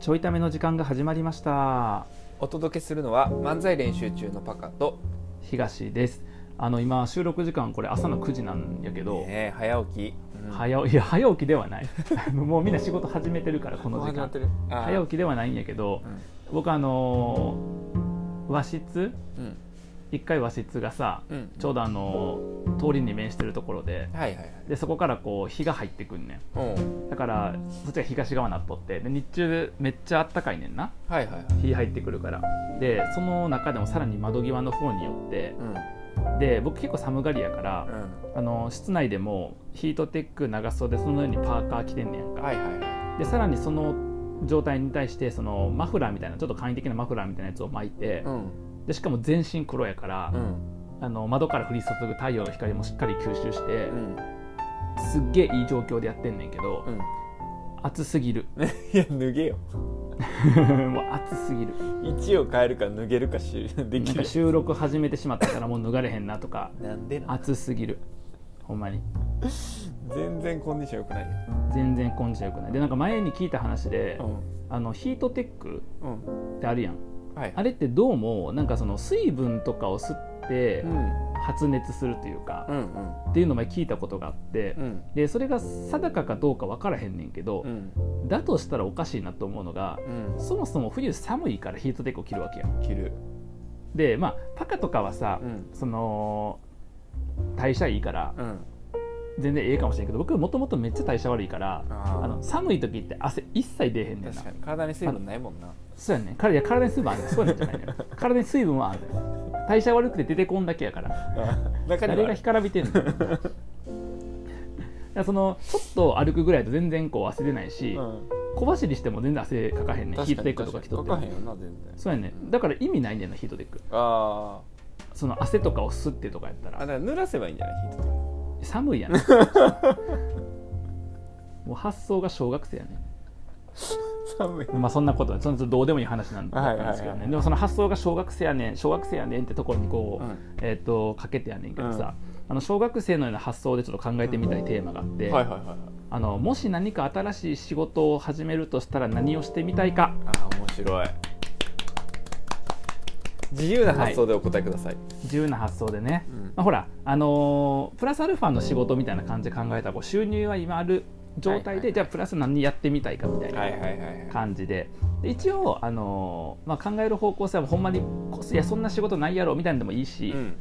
ちょいための時間が始まりましたお届けするのは漫才練習中のパカと、東ですあの今収録時間これ朝の9時なんやけど、ねえ早起き、うん早いや早起きではない あのもうみんな仕事始めてるからこの時間あー早起きではないんやけど僕あのー和室うんうん一回和室がさうんちょうどあのー通りに面してるところではいはいはいでそこからこう日が入ってくんねうんんだからそっちが東側になっとってで日中めっちゃあったかいねんなはいはいはい日入ってくるからでその中でもさらに窓際の方に寄ってうんで僕結構寒がりやから、あの室内でもヒートテック長袖そのようにパーカー着てんねやんうか、んはいはいはでさらにその状態に対してそのマフラーみたいなちょっと簡易的なマフラーみたいなやつを巻いてい、うんでしかも全身黒やから、うんあの窓から降り注ぐ太陽の光もしっかり吸収して、うんすっげえいい状況でやってんねんけど、うん暑すぎ るいや脱げよもう暑すぎる位を変えるか脱げるかしでなきんかる収録始めてしまったからもう脱がれへんなとかなんでな暑すぎるほんまに全然コンディション良くないよ全然根性よくないでなんか前に聞いた話で、うあのヒートテックんうんってあるやんはいあれってどうもなんかその水分とかを吸ってうん発熱するというかう、んっていうのを前聞いたことがあって、うんでそれが定かかどうか分からへんねんけどう、んだとしたらおかしいなと思うのがうんそもそも冬寒いからヒートテックを着るわけやん着るでまあパカとかはさ、うんその代謝いいからうん全然ええかもしれんけど僕もともとめっちゃ代謝悪いからあーあの寒い時って汗一切出えへんねんな確かに体に水分ないもんなそうやね体いや体に水分あるねそうやねんじゃないのよ体に水分はあるねん代謝悪くて出てこんだけやから 中誰にはあがる干からびてんの だからそのちょっと歩くぐらいだと全然こう汗出ないし、うん小走りしても全然汗かかへんねんヒートテックとか着と確っにてもかかへんよな全然そうやねんだから意味ないねんなヒートテックあその汗とかを吸ってとかやったーあだらから濡らせばいいんじゃないヒートテッ寒い やんもう発想が小学生やねク寒いまあそんなことはそんなどうでもいい話なんだったんですけどね、はいはいはいでもその発想が小学生やねん小学生やねんってところにこう、うんえっ、とかけてやねんけどさ、あの小学生のような発想でちょっと考えてみたいテーマがあって、はいはいはいはいあのもし何か新しい仕事を始めるとしたら何をしてみたいかあー面白い自由な発想でお答えください、自由な発想でね、うんまあ、ほら、あのープラスアルファの仕事みたいな感じで考えたらこう収入は今ある状態で、はいはいはいじゃあプラス何やってみたいかみたいなはい、はいはいはい感じでで一応、あのーまあ、考える方向性はほんまにこいやそんな仕事ないやろみたいなのでもいいし、うん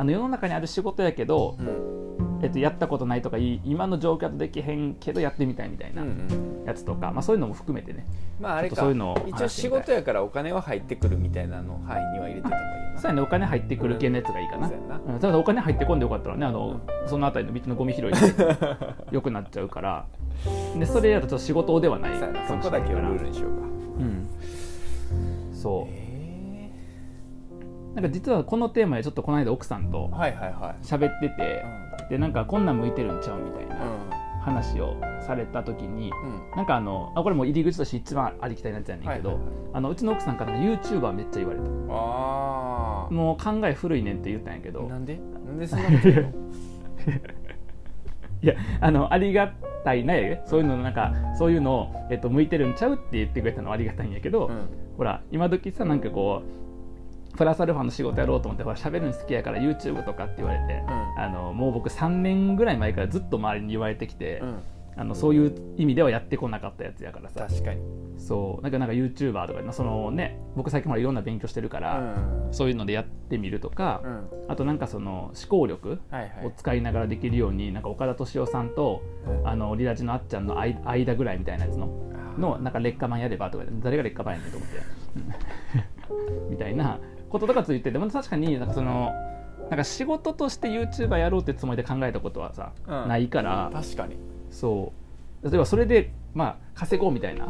あの世の中にある仕事やけど、うんえっと、やったことないとかいい今の状況だとできへんけどやってみたいみたいうんうなんやつとか、まあ、そういうのも含めてねまああれちょっとかそういうのを話してみた一い応仕事やからお金は入ってくるみたいなの範囲には入れてた方がいいよそうやねお金入ってくる系のやつがいいかな、そうやなうんただお金入ってこんでよかったらねあの、その辺りの道のゴミ 拾いでよくなっちゃうからでそれやとちょっと仕事ではないなかそうもしれなやなそこだいけかをルらールにしようかうんそえうなんか実はこのテーマでちょっとこの間奥さんとー、はいはいは喋っててい、でなんかこんなん向いてるんちゃうみたいな話をされた時に、うんうんなんかあのあこれもう入り口として一番ありきたりなやつやねんけど、はいはいはいあのうちの奥さんから、ね、YouTuber めっちゃ言われたあもう考え古いねんって言ったんやけあどなんでなんでそんなこと言うの いやあのありがたいねそういうのなんかそういうのを、えっと、向いてるんちゃうって言ってくれたのはありがたいんやけど、うんほら今時さなんかこうプラスアルファの仕事やろうと思ってほら喋るの好きやから YouTube とかって言われて、んあのもう僕3年ぐらい前からずっと周りに言われてきて、うんあのそういう意味ではやってこなかったやつやからさ確かにそうなんかなんか YouTuber とかなそのね僕最近ほらいろんな勉強してるかうら、んそういうのでやってみるとか、うんあとなんかその思考力はいはをい使いながらできるように、なんか岡田敏夫さんとあのリラジのあっちゃんの間間ぐらいみたいなやつののなんか劣化版やればとか言って誰が劣化版やねんと思ってうん みたいなこととかついてでも確かになんかそのなんか仕事として YouTuber やろうってつもりで考えたことはさ、うんないから、確かにそう例えばそれでまあ稼ごうみたいな、う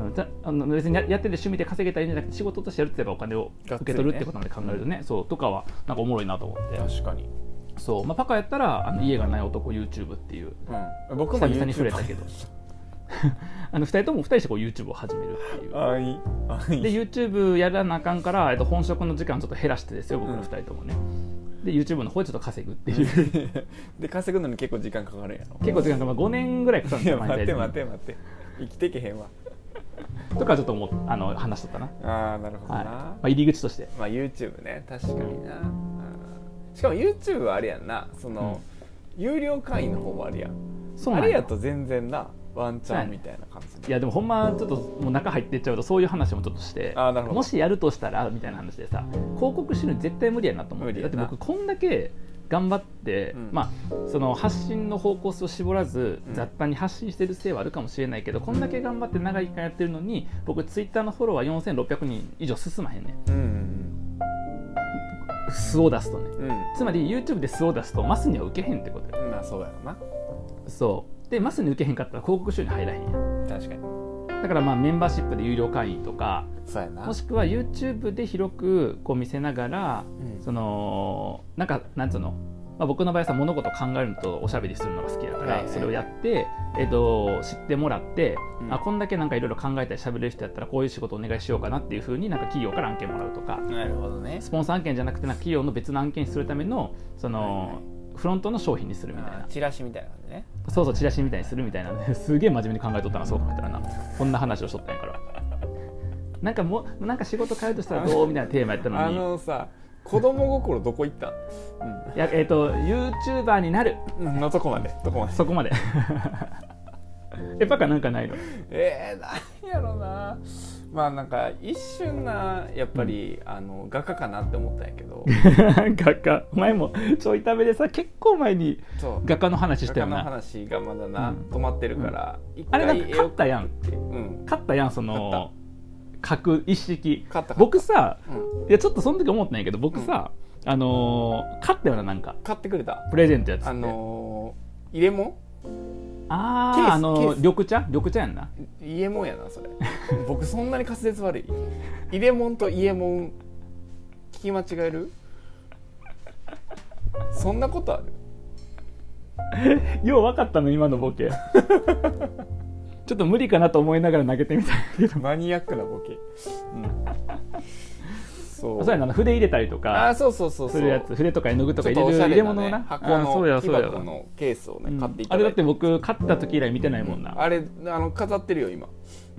んうん、たあの別にややってて趣味で稼げたらいいんじゃなくて仕事としてやるって言えばお金をがっつ受りねけ取るってことまで考えるとねそうとかはなんかおもろいなと思って確かにそう、まあ、パカやったらあの家がない男 YouTube っていううん僕久も々に触れ YouTuber たけどあの2人とも2人してこう YouTube を始めるっていう あいあいで YouTube やらなあかんから、えっと、本職の時間ちょっと減らしてですよ僕ら2人ともね、で YouTube の方でちょっと稼ぐっていう で稼ぐのに結構時間かかるんやろ 結構時間がまあ5年ぐらいかかるんいですよや毎待回って待って待って生きてけへんわとかちょっと思っあの話しとったな、ああなるほどな、はいまあ、入り口としてまあ YouTube ね確かにな、うんしかも YouTube はあれやんなその、有料会員の方もあるやんそうあなんれややと全然なワンチャンみたいな感じいやでもほんまちょっともう中入ってっちゃうとそういう話もちょっとしてあーなるほどもしやるとしたらみたいな話でさ広告収入絶対無理やなと思っ無て理だやってな僕こんだけ頑張って、うんまあ、その発信の方向性を絞らずうん雑多に発信してるせいはあるかもしれないけど、こんだけ頑張って長い期間やってるのに僕ツイッターのフォロワー4600人以上進まへんねうんうんん素を出すとねうんうんつまり YouTube で素を出すとマスには受けへんってことよまあそうやろなそうでマスに受けへんかったら広告収入入らへんやん確かにだからまあメンバーシップで有料会員とかそうやなもしくは YouTube で広くこう見せながらうんそのなんかなんつうの、まあ、僕の場合はさ物事を考えるのとおしゃべりするのが好きだかはいはらいはいそれをやって、えっと、知ってもらって、うんあこんだけなんかいろいろ考えたりしゃべれる人やったらこういう仕事お願いしようかなっていうふうになんか企業から案件もらうとかなるほどねスポンサー案件じゃなくてなんか企業の別の案件にするためのその、はいはいフロントの商品にするみたいあなーチラシみたいな感じねそうそうチラシみたいにするみたいなね すげえ真面目に考えとったなそう考えたらなこんな話をしとったんやからなんかもうなんか仕事変えるとしたらどうみたいなテーマやったのあにのさ子供心どこ行ったいやえっ、と YouTuber になるうんのとこまでどこまでそこまで えバカなんかないの えー、なんやろなまあなんか一瞬なやっぱり、あの画家かなって思ったんや けど画家前もちょいためでさ結構前にそう画家の話した画よ家のな話がまだな、うん止まってるから、一あれなん回か勝ったやん絵をうん勝ったやんその書く一式勝った勝った僕さうんいやちょっとその時思ったんやけど僕さ、あのー勝ったよななんか買ってくれたプレゼントやつってあのー、入れもあケーースあケのース緑茶緑茶や んな入れもんやなそれ 僕そんなに滑舌悪い入れもんと家もん聞き間違えるそんなことあるよう分かったの今のボケ ちょっと無理かなと思いながら投げてみたんやけどマニアックなボケ、うん、そそうやな筆入れたりとあかーそうそうそうそすうるやつ筆とか絵の具とちかょっ入れとるおしゃ入れれな、物をねな、箱あーそうのや木そうや箱のケースをね、うん買っていあたれだだっいてて僕買った時以来見てないもんな、あれあの飾ってるよ今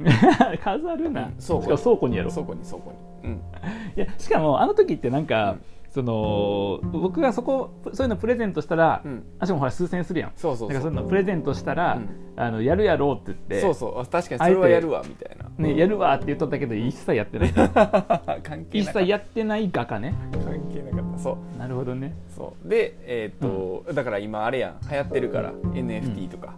飾るな、うんし倉庫かにも倉庫にやろ倉庫に倉庫にうんいやしかもあの時ってなんか、その僕がそこそういうのプレゼントしたら、うんあしかもほら数千円するやんそうそうだかそらそういううのプレゼントしたら、うんあのやるやろうって言ってそうそうあ確かにそれはやるわみたいなね、やるわって言っとったけど一切やって ない関係一なかっ切やってない画家ねた関係なかったそうなるほどねそうでえーっと、だから今あれやん流行ってるから NFT とか、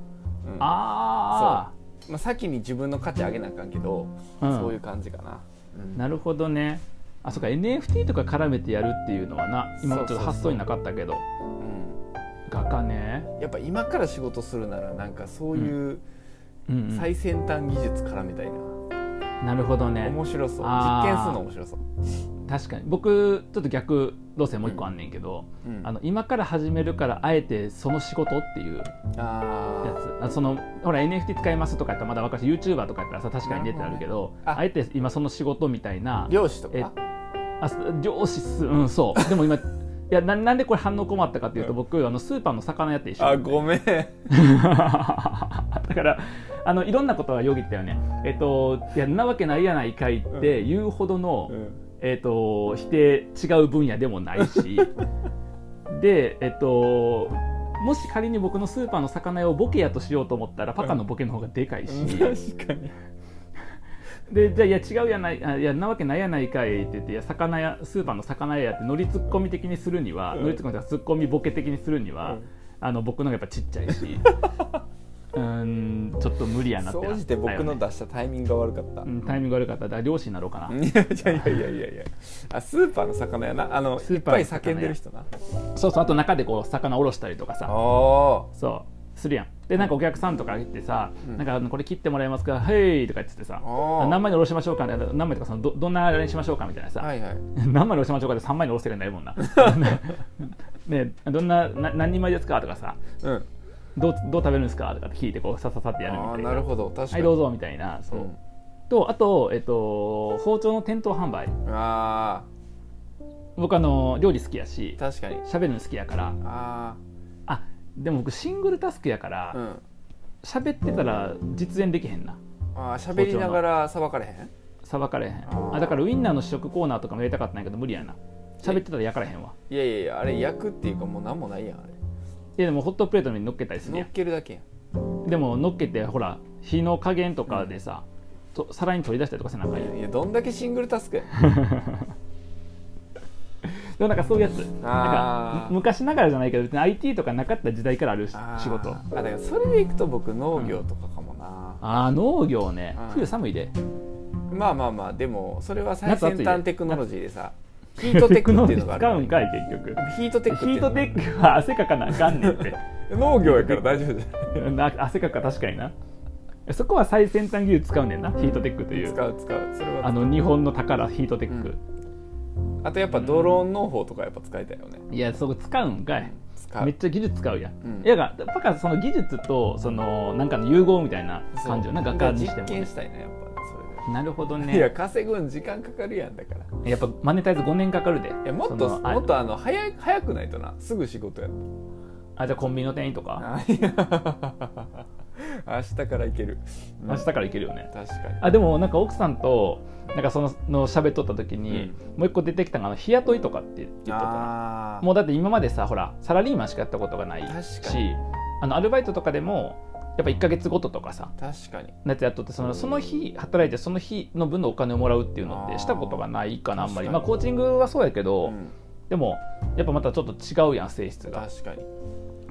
うんまああ、先に自分の価値上げなあかんけど、うんそういう感じかな、あなるほどねあそうか NFT とか絡めてやるっていうのはな今ちょっと発想になかったけどうん画家ねやっぱ今から仕事するならなんかそういううん、う最先端技術絡めたいな、ん、なるほどね面白そうあ実ー験するの面白そう、確かに僕ちょっと逆路線もう一個あんねんけど、うんあの今から始めるからあえてその仕事っていうやあーつあそのほら NFT 使いますとかやったらまだ若いし YouTuber とかやったらさ確かに出てあるけどなるほどねああえて今その仕事みたいな漁師とかえあす漁師すうんそうでも今 いやななんでこれ反応困ったかっていうと僕あのスーパーの魚やって一緒あにごめん だからあのいろんなことはよぎったよねえっといやんなわけないやないかいって言うほどの、えっと否定違う分野でもない しでえっともし仮に僕のスーパーの魚屋をボケやとしようと思ったらパカのボケの方がでかいし、確かにでじゃあいや違うやないあいやんなわけないやないかいって言っていや魚屋スーパーの魚屋やって乗りツッコミ的にするには、うん乗りツッコミとかツッコミボケ的にするには、うんあの僕の方がやっぱちっちゃい しうーんちょっと無理やなってな総じて僕の出したタイミングが悪かった、うんタイミング悪かっただから漁師になろうかな、いやいやいやいやいやあスーパーの魚やなあのスいーっパーぱの魚やい叫んでる人なそうそうあと中でこう魚おろしたりとかさあそうするやんでなんかお客さんとか来てさ「うんなんかあのこれ切ってもらえますか?」「はい」とか言ってさ「あー何枚におろしましょうか?」何枚とかそのどどんなあれにしましょうかみたいなさ、あはいはい 何枚に押しましょうかって3枚に押してるんだよもんな。 ねどんなな何人前ですかとかさうんどうどう食べるんですかとかって聞いてこうさささってやるみあたあいなな。るほど確かはいに、どうぞみたいなそう、うんとあと、えっと、包丁の店頭販売あ僕あの料理好きやしー確かに喋るの好きやからああでも僕シングルタスクやかあうらん喋ってたら実演できへんなあー喋りながらさばかれへんさばかれへんあーあだからウインナーの試食コーナーとかもやりたかったんやけど無理やな喋ってたら焼からへんわいやいやいやあれ焼くっていうかもう何もないやんあれいやでもホットプレートに乗っけたりする乗やっけるだけやんんでも乗っけてほら火の加減とかでさ、と皿に取り出したりとかせなあかんやんいやどんだけシングルタ スクやでもなんかそういうやつなんあかー昔ながらじゃないけど別に IT とかなかった時代からあるしあー仕事あだからそれでいくと僕農業とかかもな、ああ農業ねうん冬寒いでまあまあまあでもそれは最先夏暑い端でテクノロジーでさヒートテックっていうのがある使うんかい結局ヒートテックっていヒーうのトがあテるックは汗かかなあかんねんって 農業やから大丈夫じゃないな汗かか確かになそこは最先端技術使うねんなヒートテックという使う使うそれはあの日本の宝ヒートテック、あとやっぱドローン農法とかやっぱ使いたいよねいやそこ使うんかい使めっうちゃ技術使うやん、うんいやがパカその技術とそのなんかの融合みたいなそう感じよなだ学か科らにして実も験ねしたいねやっぱそなるほどれでいやね稼ぐん時間かかるやんだからいやっぱマネタイズ5年かかるでやもっそとのあもっとあの早い早くないとなすぐ仕事やあじゃあコンビニの店員とか あいや明日から行けるうん明日から行けるよね確かにあでもなんか奥さんとなんかそのの喋っとった時に、もう一個出てきたのがあの日雇いとかって言ってたなあーもうだって今までさほらサラリーマンしかやったことがないし確かにあのアルバイトとかでもやっぱ1か月ごととかさ確かになってやっとってそのその日働いてその日の分のお金をもらうっていうのっあてーしたことがないかなあんまり確かにまあコーチングはそうやけど、うんでもやっぱまたちょっと違うやん性質が確かに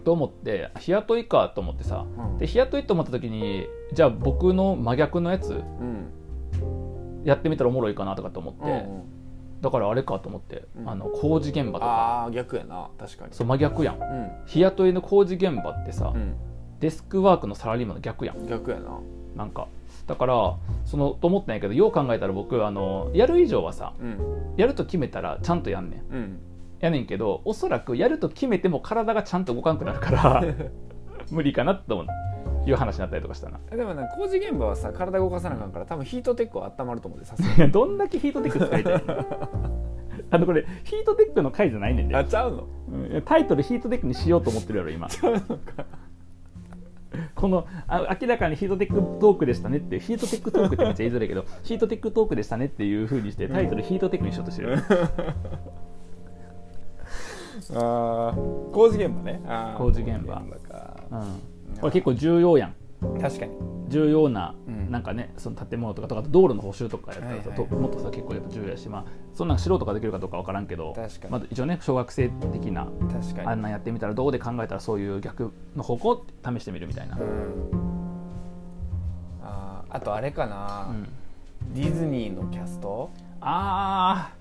と思って日雇いかと思ってさうんで日雇いと思った時にじゃあ僕の真逆のやつうんやってみたらおもろいかなとかと思って、うんうんだからあれかと思って、うんあの工事現場とかああ逆やな確かにそう真逆やんう日雇いの工事現場ってさ、んデスクワークのサラリーマンの逆やんうん逆やななんかだからそのと思ったんやけどよう考えたら僕あのやる以上はさうんやると決めたらちゃんとやんねんうんやねんけどおそらくやると決めても体がちゃんと動かんくなるから 無理かなという話になったりとかしたな でもね工事現場はさ体動かさなあかんから多分ヒートテックは温まると思うんでさすがいやどんだけヒートテック使いたいの あのこれヒートテックの回じゃないねんにであちゃうのうんタイトルヒートテックにしようと思ってるやろ今ちゃうのかこのあ明らかにヒートテックトークでしたねっていうヒートテックトークってめっちゃ言いづらいけど ヒートテックトークでしたねっていうふうにしてタイトルヒートテックにしようとして るあー工事現場ねあー工事現場工事現かうんこれ結構重要やん確かに重要なうんなんかねその建物とかとかあと道路の補修とかやったらさ、はいはいともっとさ結構やっぱ重要やしまあそんなん素人ができるかどうかわからんけど確かにまあ、一応ね小学生的な確あかんになんやってみたらどうで考えたらそういう逆の方向を試してみるみたいな、うんあーあとあれかなうんディズニーのキャストあー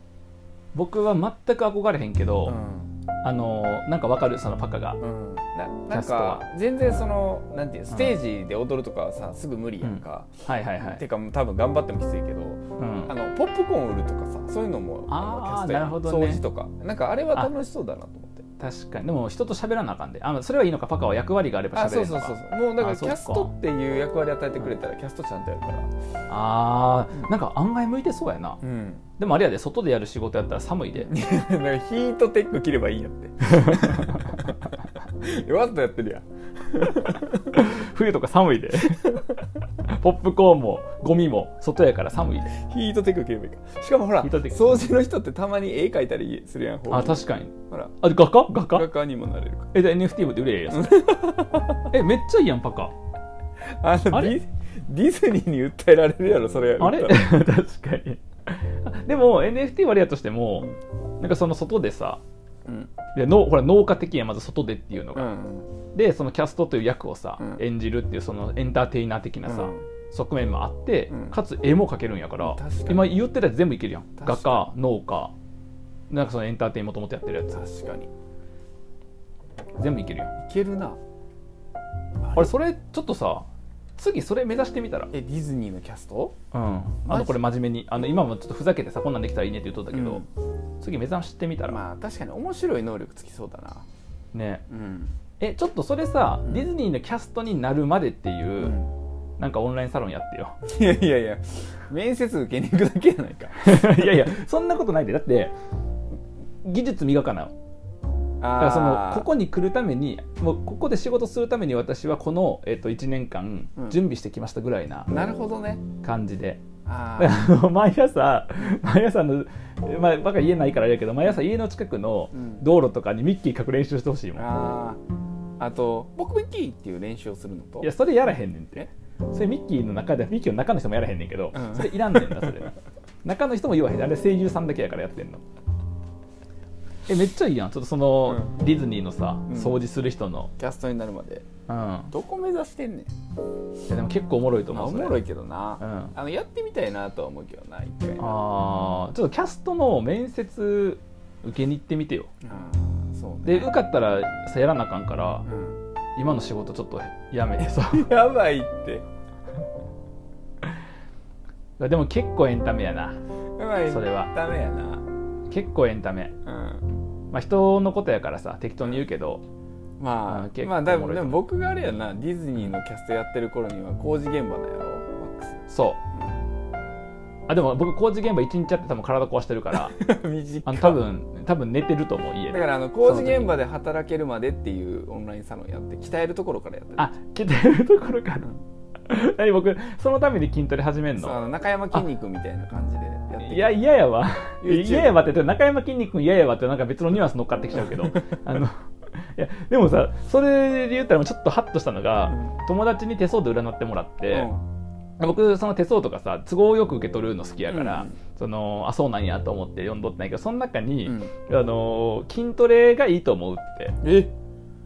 僕は全く憧れへんけど、んあのーなんかわかるそのパカがうんなキなャんストはか全然そのなんていうステージで踊るとかはさすぐ無理やんか、はいはいはいて、かもう多分頑張ってもきついけど、うんあ、のポップコーン売るとかさそういうのもあーのキャストやんなるほどね掃除とかなんかあれは楽しそうだなと思って確かにでも人と喋らなあかんであそれはいいのかパカは役割があればあ喋れるのそうそうかそうそうもうだからあキそうかャストっていう役割与えてくれたらキャストちゃんとやるからあーなんか案外向いてそうやなうんでもあれやで外でやる仕事やったら寒いで だからヒートテック切ればいいんや ってわざとやってるやん冬とか寒い でポップコーンもゴミも外やから寒いでヒートテック切ればいいからしかもほらヒートテック掃除の人ってたまに絵描いたりするやんほあ確かにほらあ画家画画家家にもなれるかえじゃあ NFT もで売れやそれ えめっちゃいいやんパ カらあのあデれィディズニーに訴えられるやろそれやあれ 確かにでも NFT 割合としてもなんかその外でさうんでのほら農家的やんまず外でっていうのうが、んでそのキャストという役をさ、うん演じるっていうそのエンターテイナー的なさ、うん側面もあって、うんかつ絵も描けるんやから確かに今言ってたやつ全部いけるやん確か画に家農家なんかそのエンターテインメントもともとやってるや確かにいつ全部いけるやんけるなあれそれちょっとさ次それ目指してみたら、うん、えディズニーのキャストあマのジこれ真面目にあの今もちょっとふざけてさこんなんできたらいいねって言っとったけど、次目指してみたら、まあ確かに面白い能力つきそうだなねうん、えちょっとそれさ、んディズニーのキャストになるまでっていうう、ん、なんかオンラインサロンやってよ いやいやいや面接受けに行くだけやないかいやいやそんなことないでだって技術磨かなだからそのあーここに来るためにもうここで仕事するために私はこの、えっと1年間うん準備してきましたぐらいななるほどね感じで、あ だーからあの毎朝毎朝の、まあ、バカ言えないからあれやけど毎朝家の近くのうん道路とかにミッキー書く練習してほしいもんあーあと「僕ミッキー」っていう練習をするのといやそれやらへんねんってえそれミッキーの中でミッキーの中の人もやらへんねんけど、うんそれいらんねんなそれ中の人も言わへんあれ声優さんだけやからやってんのえめっちゃいいやんちょっとその、ディズニーのさうん掃除する人のキャストになるまでうん、どこ目指してんねんいやでも結構おもろいとまあ思うそおれもろいけどな、うんあのやってみたいなとは思うけどな一回なあーちょっとキャストの面接受けに行ってみてよあーそうでね受かったらさやらなあかんからうん今の仕事ちょっとやめてさやばいって でも結構エンタメやなやばいそれはダメやな結構エンタメうんまあ人のことやからさ適当に言うけどあまーあ結構まあでおももろいでとも思僕があれやなディズニーのキャストやってる頃には工事現場だやろマックスそうあでも僕工事現場一日やって多分体壊してるから 短いあの多分多分寝てると思う家だかでらあの工事現場で働けるまでっていうオンラインサロンやって鍛えるところからやってるあ着てるところから 何僕そのために筋トレ始めんそうあのの中山筋肉みたいな感じでやっていや嫌やわ YouTube 嫌やわって言って中山きんに君嫌やわってなんか別のニュアンス乗っかってきちゃうけ どあのいやでもさそれで言ったらちょっとハッとしたのが、友達に手相で占ってもらって、うん僕その手相とかさ都合よく受け取るの好きやから、うんそのあそうなんやと思って読んどってないけどその中に、うんあの筋トレがいいと思うってえ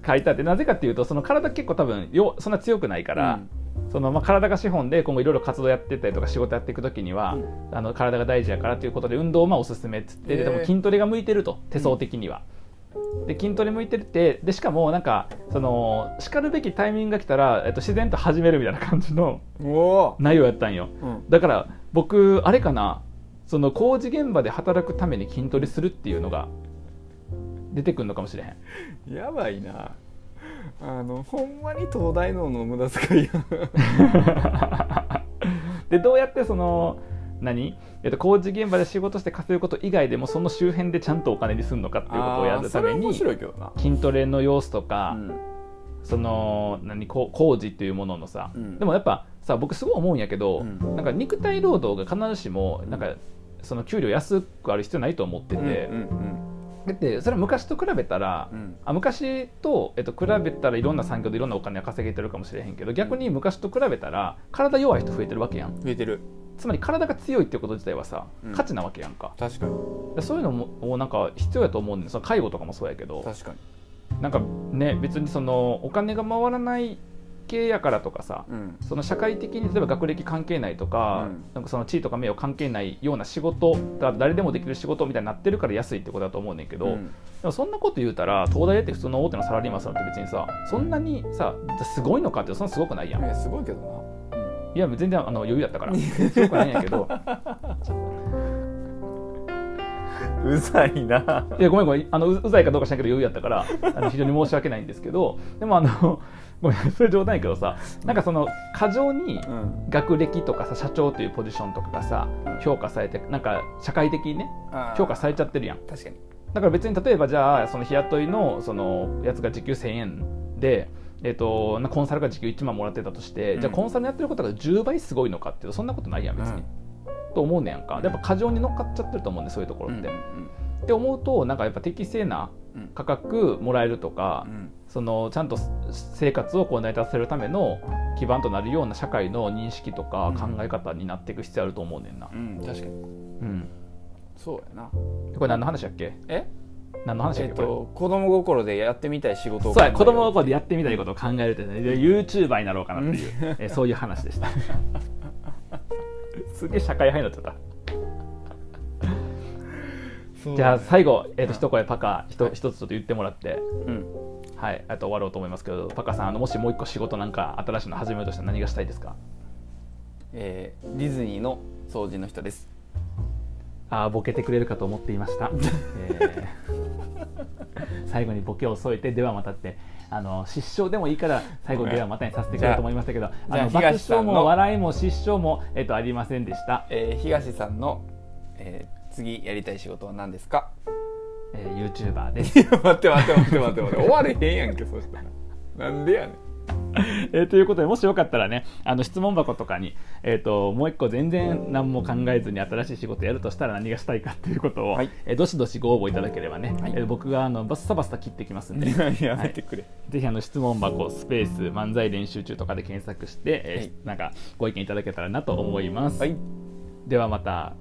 書いてあってなぜかっていうとその体結構多分よそんな強くないか、からそのまあ、体が資本で今後いろいろ活動やってったりとか仕事やっていく時には、うあの体が大事やからということで運動をまあおすすめっつって、へえでも筋トレが向いてると手相的には。で筋トレ向いてるってでしかもなんかそのしかるべきタイミングが来たら、えっと、自然と始めるみたいな感じのおお内容やったんよ。ー、うんだから僕あれかなその工事現場で働くために筋トレするっていうのが出てくるのかもしれへ んやばいなあのほんまに東大脳の無駄遣いやでどうやってその何、えっと、工事現場で仕事して稼ぐこと以外でもその周辺でちゃんとお金にするのかっていうことをやあーるそたれめは面に白いけどな、筋トレの様子とうか、んその何こう工事っていうもののさ、うんでもやっぱさ僕すごい思うんやけど、うんなんか肉体労働が必ずしもなんかその給料安くある必要ないと思ってて、うんうんだってそれは昔と比べたら、うんあ昔と、えっと、比べたらいろんな産業でいろんなお金が稼げてるかもしれへんけど逆に昔と比べたら体弱い人増えてるわけやん増えてるつまり体が強いってこと自体はさうん価値なわけやんか,、確かにそういうのももうなんか必要やと思うんでその介護とかもそうやけど確かになんかね別にそのお金が回らない系やからとかさうんその社会的に例えば学歴関係ないとか,、うんなんかその地位とか名誉関係ないような仕事が誰でもできる仕事みたいになってるから安いってことだと思うねんけど、うんでもそんなこと言うたら東大って普通の大手のサラリーマンさんって別にさそんなにさすごいのかってそんなすごくないやんいいやすごいけどな、や全然あの余裕だったからすごくないんやけどうざいないやごめんごめんあのううざいかどうか知らんけど余裕やったからあの非常に申し訳ないんですけどでもあの ごめんそれ冗談やけどさなんかその過剰にうん学歴とかさ社長というポジションとかがさ評価されてなんか社会的にねあー評価されちゃってるやん確かにだから別に例えばじゃあその日雇いのそのやつが時給1000円で、えっとなコンサルが時給1万もらってたとして、うんじゃあコンサルのやってることが10倍すごいのかっていうとそんなことないやん別に。うんと思うねやんかやっぱ過剰に乗っかっちゃってると思うんでそういうところって。って思うとなんかやっぱ適正なうん価格もらえるとか、うんそのちゃんと生活をこう成り立たせるための基盤となるような社会の認識とか考え方になっていく必要あると思うねんな。うん、うん、確かにうん、そうやなこれ何の話やっけえ何の話えやっっけ、これと子供心でやってみたい仕事をそうや子供のの頃でやってみたいことを考えるってねで YouTuber になろうかなっていう、えーそういう話でした すげえ社会派になっちゃったじゃあ最後、えー、と一声パカひと一つちょっと言ってもらってうんはいあと終わろうと思いますけどパカさんあのもしもう一個仕事なんか新しいの始めるとしたら何がしたいですかえーディズニーの掃除の人ですああボケてくれるかと思っていま した、えー最後にボケを添えてではまたってあの失笑でもいいから最後ではまたにさせてくれると思いましたけどあじゃあのじゃあ爆東さ笑んのも笑いも失笑も、えっとありませんでしたえー、東さんの、えー次やりたい仕事は何ですかえー、YouTuber ですいや 待って待って待って待って待って終われへんやんけそしたらなんでやねん えーということでもしよかったらねあの質問箱とかに、えー、ともう一個全然何も考えずに新しい仕事やるとしたら何がしたいかっていうことを、はいえーどしどしご応募いただければね、はいえー僕があのバッサバッサ切ってきますんでやめてくれ、 ぜひあの質問箱スペース漫才練習中とかで検索して、えーはいなんかご意見いただけたらなと思います、はいではまた。